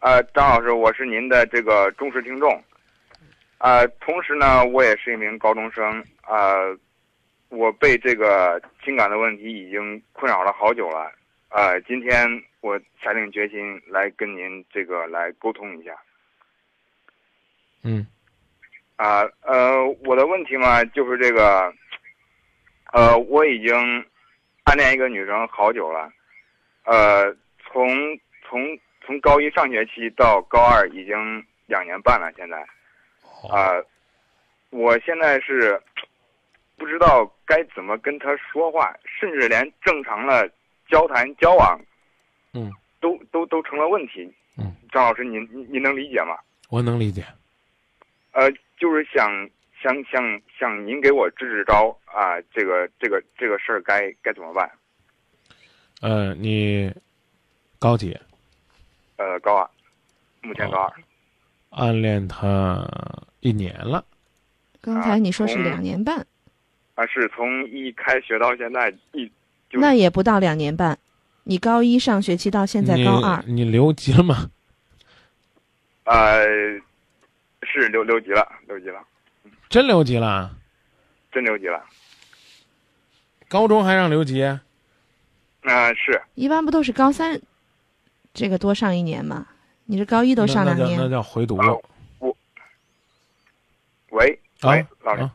呃，张老师，我是您的这个忠实听众，呃，同时呢，我也是一名高中生，呃，我被这个情感的问题已经困扰了好久了，呃，今天我下定决心来跟您这个来沟通一下。嗯啊，呃，我的问题嘛，就是这个，呃，我已经暗恋一个女生好久了，呃，从从从高一上学期到高二已经两年半了，现在，啊、我现在是不知道该怎么跟她说话，甚至连正常的交谈交往嗯，都都都成了问题。嗯，张老师，您您您能理解吗？我能理解。呃，就是想想想想您给我支支招啊、这个这个这个事儿该该怎么办？呃，你高姐呃，高二，目前高二，暗恋他一年了，啊刚才你说是从两年半，啊，是从一开学到现在一就那也不到两年半。你高一上学期到现在高二，你你留级了吗？呃是留留级了，留级了， 真留级了？真留级了。高中还让留级？那、是一般不都是高三这个多上一年吗？你这高一都那上两那叫那年，叫回读啊了喂啊喂，哎老师啊！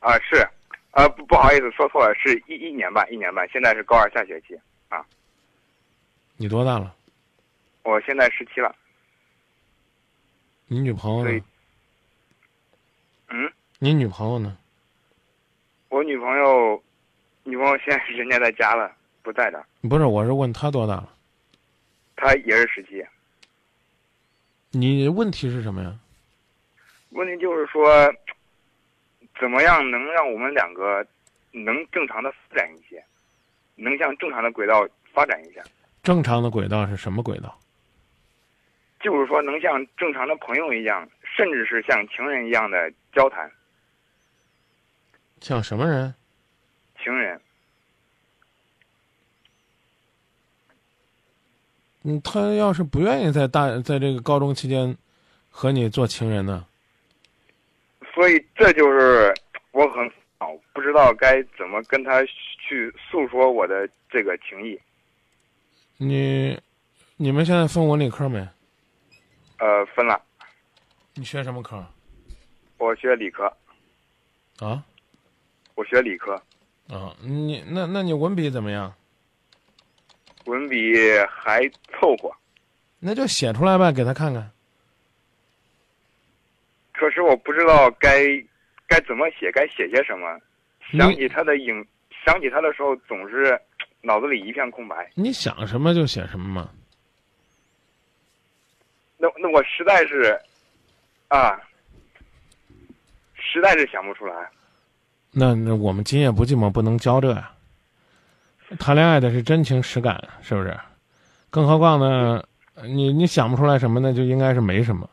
啊、是啊、不不好意思说错了，是一一年半一年半，现在是高二下学期，你多大了？我现在十七了，你女朋友所呢以？嗯，你女朋友呢？我女朋友女朋友现在人家在家了，不在这儿，不是，我是问他多大了。她也是十七。你问题是什么呀？问题就是说，怎么样能让我们两个能正常的发展一些，能向正常的轨道发展一下？正常的轨道是什么轨道？就是说，能像正常的朋友一样，甚至是像情人一样的交谈。像什么人？情人，嗯，他要是不愿意在大在这个高中期间和你做情人呢？所以这就是我很恼不知道该怎么跟他去诉说我的这个情谊。你你们现在分文理科没？呃，分了，你学什么科我学理科，啊？我学理科，啊，你那那你文笔怎么样？文笔还凑合，那就写出来呗，给他看看。可是我不知道该该怎么写，该写些什么。你想起他的影，想起他的时候，总是脑子里一片空白。你想什么就写什么嘛。那那我实在是，啊，实在是想不出来。那那我们今夜不寂寞不能教这呀。谈恋爱的是真情实感，是不是？更何况呢，你你想不出来什么呢，就应该是没什么，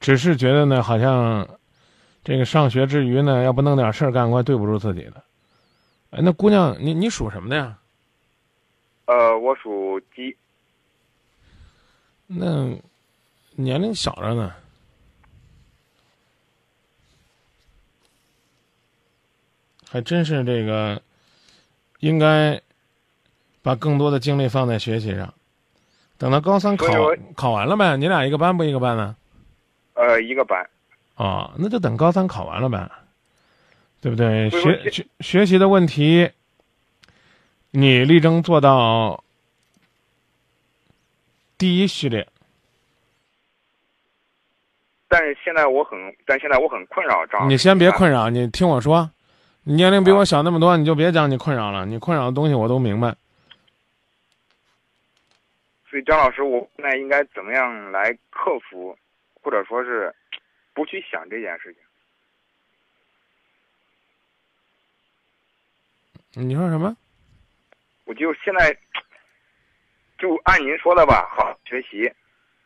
只是觉得呢，好像这个上学之余呢，要不弄点事儿干，怪对不住自己的。哎，那姑娘，你你属什么的呀？呃，我属鸡，那年龄小着呢。还真是这个，应该把更多的精力放在学习上。等到高三考所以我考完了呗，你俩一个班不一个班呢？呃，一个班。啊、那就等高三考完了呗，对不对？所以我学学学习的问题，你力争做到第一序列，但是现在我很，但现在我很困扰，张老师。啊你先别困扰，你听我说，你年龄比我小那么多，你就别讲你困扰了。你困扰的东西我都明白。所以张老师，我现在应该怎么样来克服，或者说是不去想这件事情？你说什么？我就现在就按您说的吧，好好学习，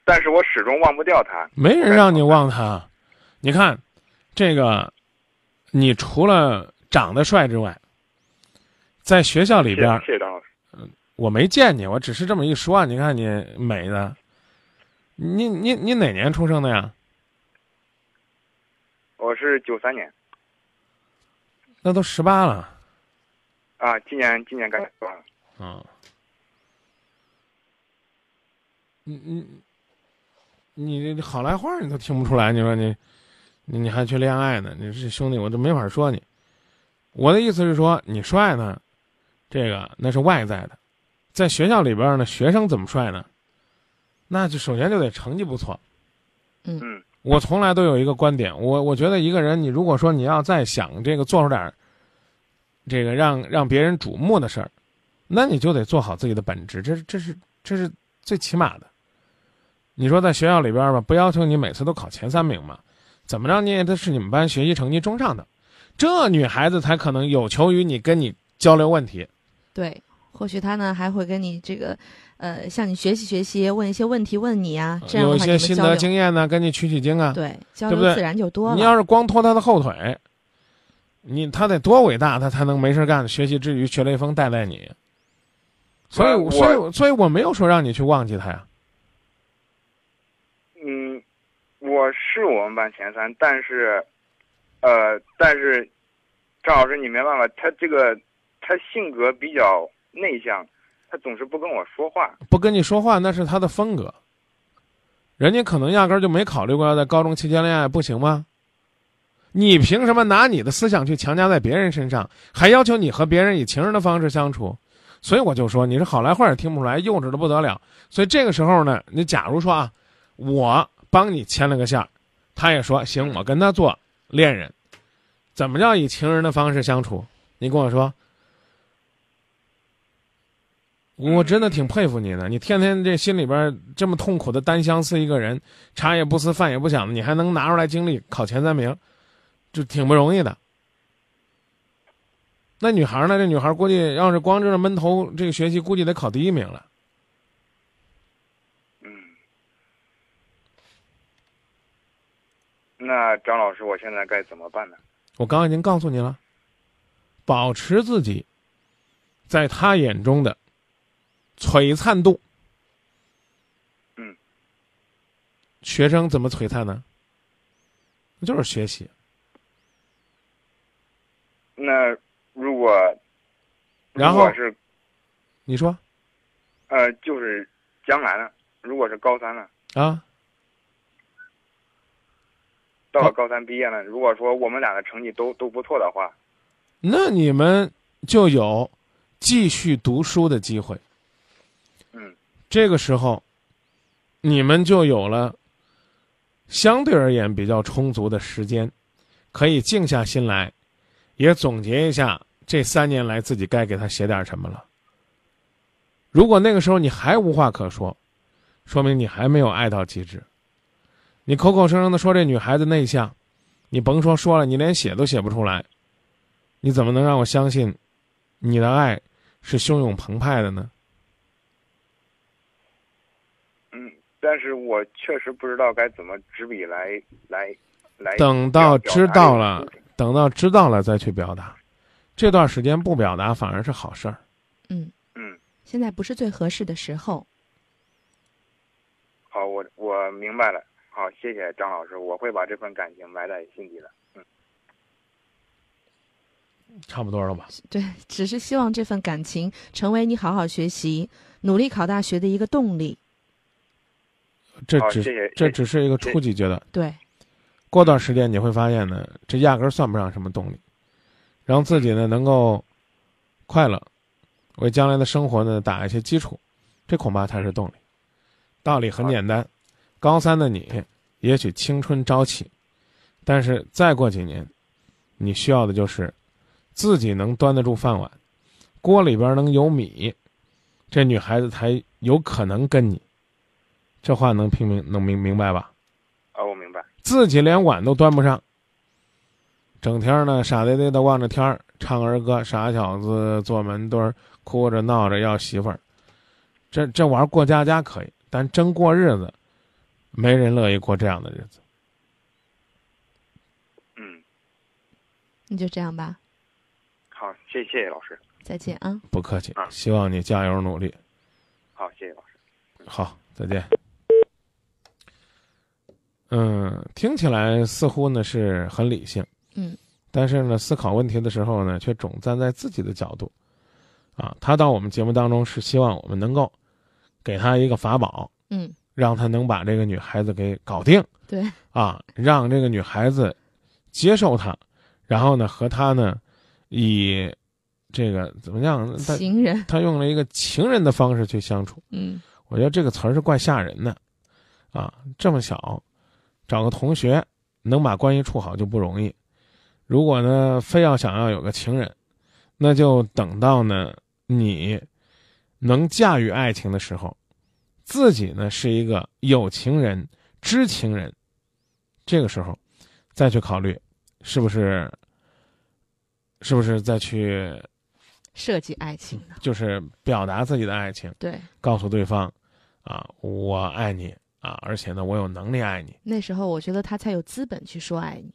但是我始终忘不掉他。没人让你忘他。你看，这个，你除了长得帅之外，在学校里谢边谢儿谢谢张老师。啊我没见你，我只是这么一说。你看你美的，你你你哪年出生的呀？我是九三年那都十八了。啊，今年今年干什么？啊，你你你这好来话你都听不出来，你说你你你还去恋爱呢？你是兄弟，我都没法说你。我的意思是说，你帅呢，这个那是外在的，在学校里边呢，学生怎么帅呢？那就首先就得成绩不错。嗯我从来都有一个观点，我我觉得一个人，你如果说你要再想这个做出点儿这个让让别人瞩目的事儿，那你就得做好自己的本职，这是这是这是最起码的。你说在学校里边儿吧，不要求你每次都考前三名嘛，怎么着你也得是你们班学习成绩中上的，这女孩子才可能有求于你跟你交流问题。对，或许他呢还会跟你这个，呃，向你学习学习，问一些问题问你啊，这样有的一话你们些交心流得经验呢，跟你取取经啊。对交对不流对自然就多了。你要是光拖他的后腿，你他得多伟大，他才能没事干，学习之余学雷锋带带你。所以，我所以，所以我没有说让你去忘记他呀。嗯，我是我们班前三，但是，呃，但是，张老师你没办法，他这个他性格比较内向，他总是不跟我说话。不跟你说话那是他的风格，人家可能压根儿就没考虑过要在高中期间恋爱，不行吗？你凭什么拿你的思想去强加在别人身上，还要求你和别人以情人的方式相处？所以我就说你是好来坏也听不出来，幼稚的不得了。所以这个时候呢，你假如说啊，我帮你牵了个线儿，他也说行，我跟他做恋人，怎么叫以情人的方式相处？你跟我说，我真的挺佩服你的，你天天这心里边儿这么痛苦的单相思一个人，茶也不思饭也不想的，你还能拿出来精力考前三名，就挺不容易的。那女孩儿呢？这女孩儿估计要是光知道闷头，这个学习估计得考第一名了。嗯，那张老师，我现在该怎么办呢？我刚刚已经告诉你了，保持自己在他眼中的璀璨度。嗯，学生怎么璀璨呢？那就是学习。那如果然后如果是你说呃，就是将来呢，如果是高三了，啊，到好了高三毕业了，如果说我们俩的成绩都都不错的话，那你们就有继续读书的机会。嗯，这个时候，你们就有了相对而言比较充足的时间，可以静下心来，也总结一下这三年来自己该给他写点什么了。如果那个时候你还无话可说，说明你还没有爱到极致。你口口声声的说这女孩子内向，你甭说说了，你连写都写不出来，你怎么能让我相信你的爱是汹涌澎湃的呢？嗯，但是我确实不知道该怎么执笔来来来等表到表知达道这个了事情，等到知道了再去表达，这段时间不表达反而是好事儿。嗯，嗯，现在不是最合适的时候。好，我我明白了。好，谢谢张老师，我会把这份感情埋在心底的。差不多了吧？对，只是希望这份感情成为你好好学习、努力考大学的一个动力。这好，谢只谢，啊谢这谢只是一个初级阶段，对，过段时间你会发现呢，这压根儿算不上什么动力，让自己呢能够快乐，为将来的生活呢打一些基础，这恐怕才是动力。道理很好简单，高三的你也许青春朝气，但是再过几年，你需要的就是自己能端得住饭碗，锅里边能有米，这女孩子才有可能跟你。这话能听明能明明白吧？啊，我明白。自己连碗都端不上，整天呢傻呆呆的望着天儿，唱儿歌，傻小子坐门墩儿，哭着闹着要媳妇儿。这这玩意儿过家家可以，但真过日子，没人乐意过这样的日子。嗯，那就这样吧，好，谢谢谢谢老师。再见啊。不客气啊，希望你加油努力。好，谢谢老师。好，再见。嗯，听起来似乎呢是很理性，嗯，但是呢，思考问题的时候呢，却总站在自己的角度，啊，他到我们节目当中是希望我们能够给他一个法宝，嗯，让他能把这个女孩子给搞定对，啊，让这个女孩子接受他，然后呢，和他呢，以这个怎么样？他情人，他用了一个情人的方式去相处，嗯我觉得这个词儿是怪吓人的，啊，这么小，找个同学能把关系处好就不容易。如果呢，非要想要有个情人，那就等到呢你能驾驭爱情的时候，自己呢是一个有情人、知情人，这个时候再去考虑是不是是不是再去设计爱情的，就是表达自己的爱情。对，告诉对方，啊，我爱你啊，而且呢，我有能力爱你。那时候我觉得他才有资本去说爱你，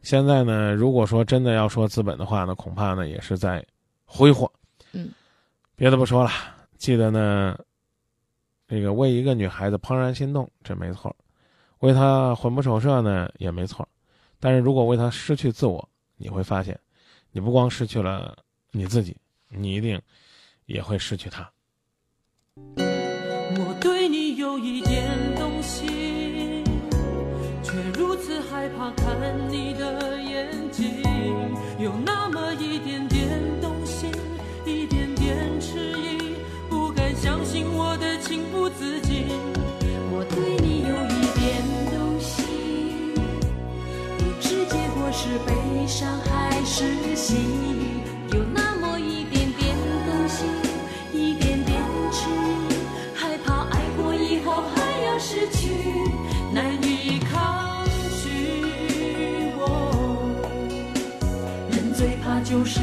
现在呢，如果说真的要说资本的话呢，恐怕呢也是在挥霍。嗯，别的不说了，记得呢，这个为一个女孩子怦然心动，这没错儿；为她魂不守舍呢，也没错儿。但是如果为她失去自我，你会发现，你不光失去了你自己，你一定也会失去她。我对你有一点动心，却如此害怕看你的眼睛，有那么一点点动心，一点点迟疑，不敢相信我的情不自禁。我对你有一点动心，不知结果是悲伤还是喜，有那么一点点动心，一点点迟疑。害怕爱过以后还要失去，难以抗拒。哦人最怕就是